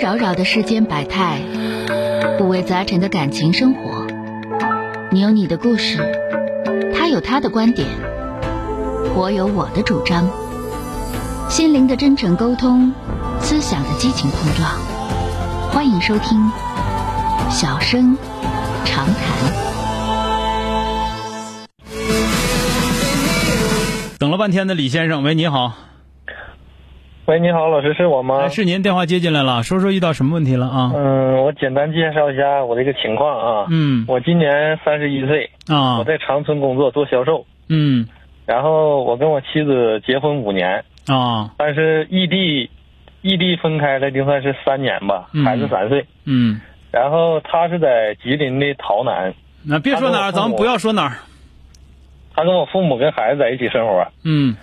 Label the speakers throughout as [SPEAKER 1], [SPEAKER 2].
[SPEAKER 1] 扰扰的世间百态，五味杂陈的感情生活。你有你的故事，他有他的观点，我有我的主张。心灵的真诚沟通，思想的激情碰撞。欢迎收听《小声长谈》。
[SPEAKER 2] 等了半天的李先生，喂，你好，
[SPEAKER 3] 喂，你好，老师是我吗
[SPEAKER 2] 哎？是您电话接进来了，说说遇到什么问题了啊？
[SPEAKER 3] 嗯，我简单介绍一下我这个情况啊。
[SPEAKER 2] 嗯
[SPEAKER 3] 我今年三十一岁，
[SPEAKER 2] 啊
[SPEAKER 3] 我，在长春工作做销售，
[SPEAKER 2] 嗯
[SPEAKER 3] 然后我跟我妻子结婚五年，
[SPEAKER 2] 啊，
[SPEAKER 3] 但是异地，异地分开了，就算是三年吧，
[SPEAKER 2] 嗯
[SPEAKER 3] 孩子三岁。
[SPEAKER 2] 嗯，
[SPEAKER 3] 然后他是在吉林的洮南，
[SPEAKER 2] 那别说哪儿，
[SPEAKER 3] 他跟
[SPEAKER 2] 咱
[SPEAKER 3] 我父母
[SPEAKER 2] 们不要说哪儿。
[SPEAKER 3] 他跟我父母跟孩子在一起生活。
[SPEAKER 2] 嗯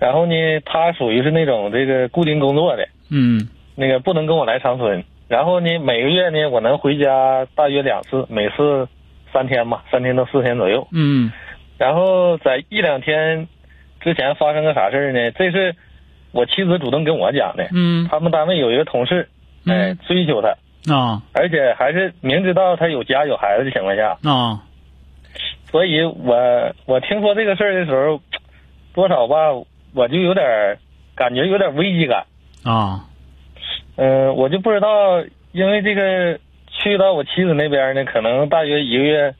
[SPEAKER 3] 然后呢，他属于是那种这个固定工作的，
[SPEAKER 2] 嗯
[SPEAKER 3] 那个不能跟我来长春。然后呢，每个月呢，我能回家大约两次，每次三天吧，三天到四天左右。
[SPEAKER 2] 嗯
[SPEAKER 3] 然后在一两天之前发生个啥事儿呢？这是我妻子主动跟我讲的。
[SPEAKER 2] 嗯
[SPEAKER 3] 他们单位有一个同事，哎、
[SPEAKER 2] 嗯
[SPEAKER 3] 追求她，
[SPEAKER 2] 啊
[SPEAKER 3] 而且还是明知道她有家有孩子的情况下，
[SPEAKER 2] 啊
[SPEAKER 3] 所以我我听说这个事儿的时候，多少吧，我就有点儿感觉有点危机感。
[SPEAKER 2] 啊
[SPEAKER 3] 嗯、我就不知道，因为这个去到我妻子那边呢，可能大约一个月，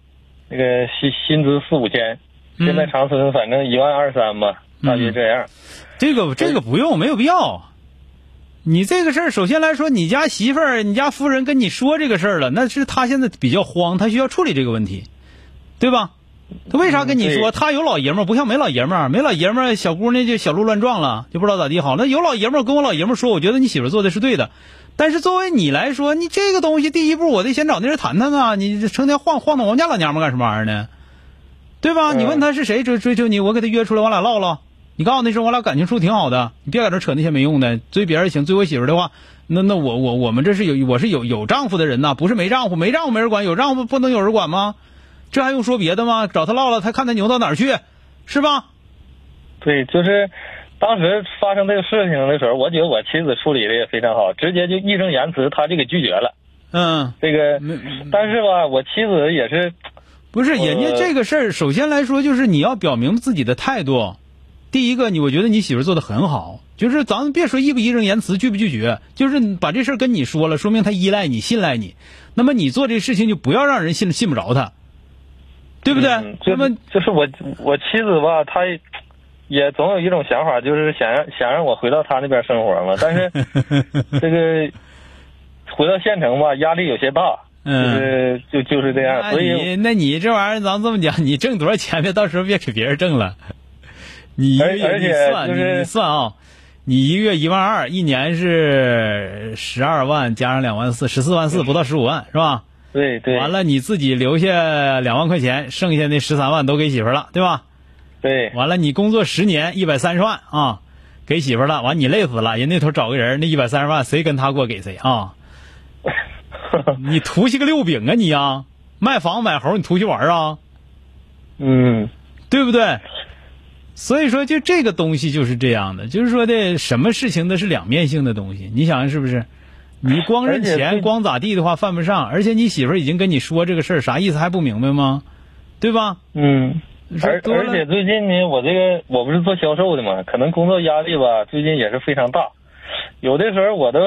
[SPEAKER 3] 那个薪薪资四五千，
[SPEAKER 2] 嗯
[SPEAKER 3] 现在长春反正一万二三吧，大约这样。
[SPEAKER 2] 这个这个不用，没有必要。你这个事儿，首先来说，你家媳妇儿、你家夫人跟你说这个事儿了，那是她现在比较慌，她需要处理这个问题，对吧？她为啥跟你
[SPEAKER 3] 嗯对
[SPEAKER 2] 说？她有老爷们儿，不像没老爷们儿，没老爷们儿，小姑娘就小鹿乱撞了，就不知道咋地好。那有老爷们儿跟我老爷们儿说，我觉得你媳妇儿做的是对的，但是作为你来说，你这个东西第一步，我得先找那人谈谈啊！你这成天晃晃荡我们家老娘们儿干什么玩意儿呢？对吧？
[SPEAKER 3] 嗯
[SPEAKER 2] 你问他是谁追追求你，我给他约出来，我俩唠唠。你告诉我那时候我俩感情处挺好的，你别搁这扯那些没用的。追别人行，追我媳妇儿的话，那那我我我们这是有我是有有丈夫的人呐，不是没丈夫，没丈夫没人管，有丈夫不能有人管吗？这还用说别的吗？找他唠唠，他看他牛到哪儿去，是吧？
[SPEAKER 3] 对，就是当时发生这个事情的时候，我觉得我妻子处理的也非常好，直接就义正言辞，她就给拒绝了。
[SPEAKER 2] 嗯，
[SPEAKER 3] 这个
[SPEAKER 2] 没，
[SPEAKER 3] 但是吧，我妻子也是，
[SPEAKER 2] 不是，
[SPEAKER 3] 呃
[SPEAKER 2] 人家这个事儿，首先来说就是你要表明自己的态度。第一个，你我觉得你媳妇儿做的很好，就是咱们别说义不义正言辞，拒不拒绝，就是你把这事儿跟你说了，说明她依赖你、信赖你。那么你做这事情就不要让人信信不着她，对不对？
[SPEAKER 3] 嗯
[SPEAKER 2] 那
[SPEAKER 3] 就
[SPEAKER 2] 么
[SPEAKER 3] 是就是我我妻子吧，她也总有一种想法，就是想让想让我回到她那边生活嘛。 但是这个回到县城吧，压力有些大，就是就就是这样，
[SPEAKER 2] 嗯那
[SPEAKER 3] 所以
[SPEAKER 2] 你那你这玩意儿，咱这么讲，你挣多少钱别到时候别给别人挣了。你一个
[SPEAKER 3] 而
[SPEAKER 2] 月
[SPEAKER 3] 而
[SPEAKER 2] 你
[SPEAKER 3] 且
[SPEAKER 2] 算、
[SPEAKER 3] 就是
[SPEAKER 2] 你你算啊、你一个月一万二，一年是十二万，加上两万四，十四万四，不到十五万是吧？
[SPEAKER 3] 对对
[SPEAKER 2] 完了你自己留下两万块钱，剩下那十三万都给媳妇儿了，对吧？
[SPEAKER 3] 对
[SPEAKER 2] 完了你工作十年一百三十万啊，给媳妇儿了，完你累死了，人那头找个人那一百三十万谁跟他过给谁啊？你图些个六饼啊你呀、卖房买猴你图去玩儿啊？
[SPEAKER 3] 嗯。
[SPEAKER 2] 对不对？所以说，就这个东西就是这样的，就是说的什么事情都是两面性的东西，你想想是不是？你光认
[SPEAKER 3] 而且
[SPEAKER 2] 钱
[SPEAKER 3] 最
[SPEAKER 2] 光咋地的话犯不上，而且你媳妇儿已经跟你说这个事儿，啥意思还不明白吗？对吧？
[SPEAKER 3] 嗯，而
[SPEAKER 2] 多
[SPEAKER 3] 而
[SPEAKER 2] 了
[SPEAKER 3] 且最近呢，我这个我不是做销售的嘛，可能工作压力吧，最近也是非常大。有的时候我都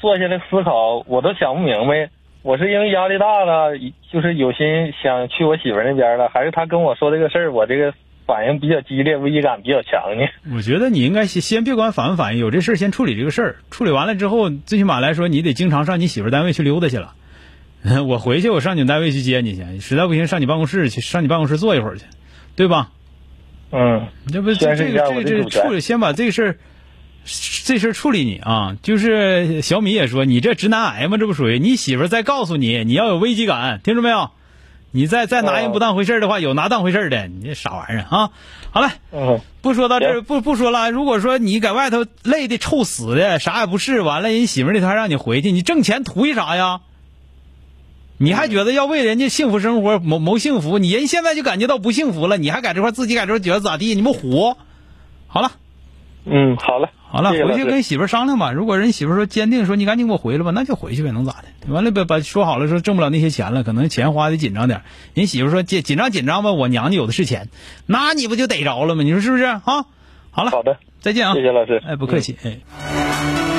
[SPEAKER 3] 坐下来思考，我都想不明白，我是因为压力大了，就是有心想去我媳妇儿那边了，还是她跟我说这个事儿，我这个反应比较激烈，危机感比较强呢？
[SPEAKER 2] 我觉得你应该先先别管反不反应，有这事儿先处理这个事儿，处理完了之后，最起码来说，你得经常上你媳妇儿单位去溜达去了。 我回去，我上你单位去接你去，实在不行上你办公室去，上你办公室坐一会儿去，对吧？
[SPEAKER 3] 嗯
[SPEAKER 2] 这不这
[SPEAKER 3] 宣示
[SPEAKER 2] 这
[SPEAKER 3] 一下
[SPEAKER 2] 个
[SPEAKER 3] 我的
[SPEAKER 2] 这个
[SPEAKER 3] 主
[SPEAKER 2] 这
[SPEAKER 3] 权
[SPEAKER 2] 处理，先把这个事儿，这事儿处理你啊。就是小米也说，你这直男癌嘛，这不属于你媳妇儿再告诉你，你要有危机感，听着没有？你再再
[SPEAKER 3] 哦
[SPEAKER 2] 拿人不当回事儿的话，有拿当回事儿的，你这傻玩意儿啊！好了，
[SPEAKER 3] 嗯，
[SPEAKER 2] 不说到这儿，
[SPEAKER 3] 行
[SPEAKER 2] 不不说了。如果说你在外头累的臭死的，啥也不是，完了人媳妇儿那头还让你回去，你挣钱图一啥呀？你还觉得要为人家幸福生活谋谋幸福？你人现在就感觉到不幸福了，你还在这块儿自己在这块儿觉得咋地？你不虎？好了，
[SPEAKER 3] 嗯，好了，
[SPEAKER 2] 好了，
[SPEAKER 3] 谢谢
[SPEAKER 2] 回去
[SPEAKER 3] 老师
[SPEAKER 2] 跟媳妇儿商量吧。如果人媳妇儿说坚定说你赶紧给我回来吧，那就回去呗，能咋的？完了呗，把说好了说挣不了那些钱了，可能钱花的紧张点儿。人媳妇儿说紧紧张紧张吧，我娘家有的是钱，那你不就逮着了吗？你说是不是啊？好了，
[SPEAKER 3] 好的，
[SPEAKER 2] 再见啊！
[SPEAKER 3] 谢谢老师嗯
[SPEAKER 2] 哎，不客气，哎。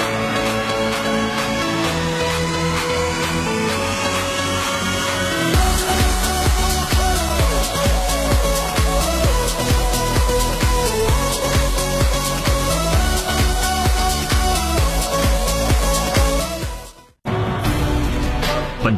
[SPEAKER 4] 本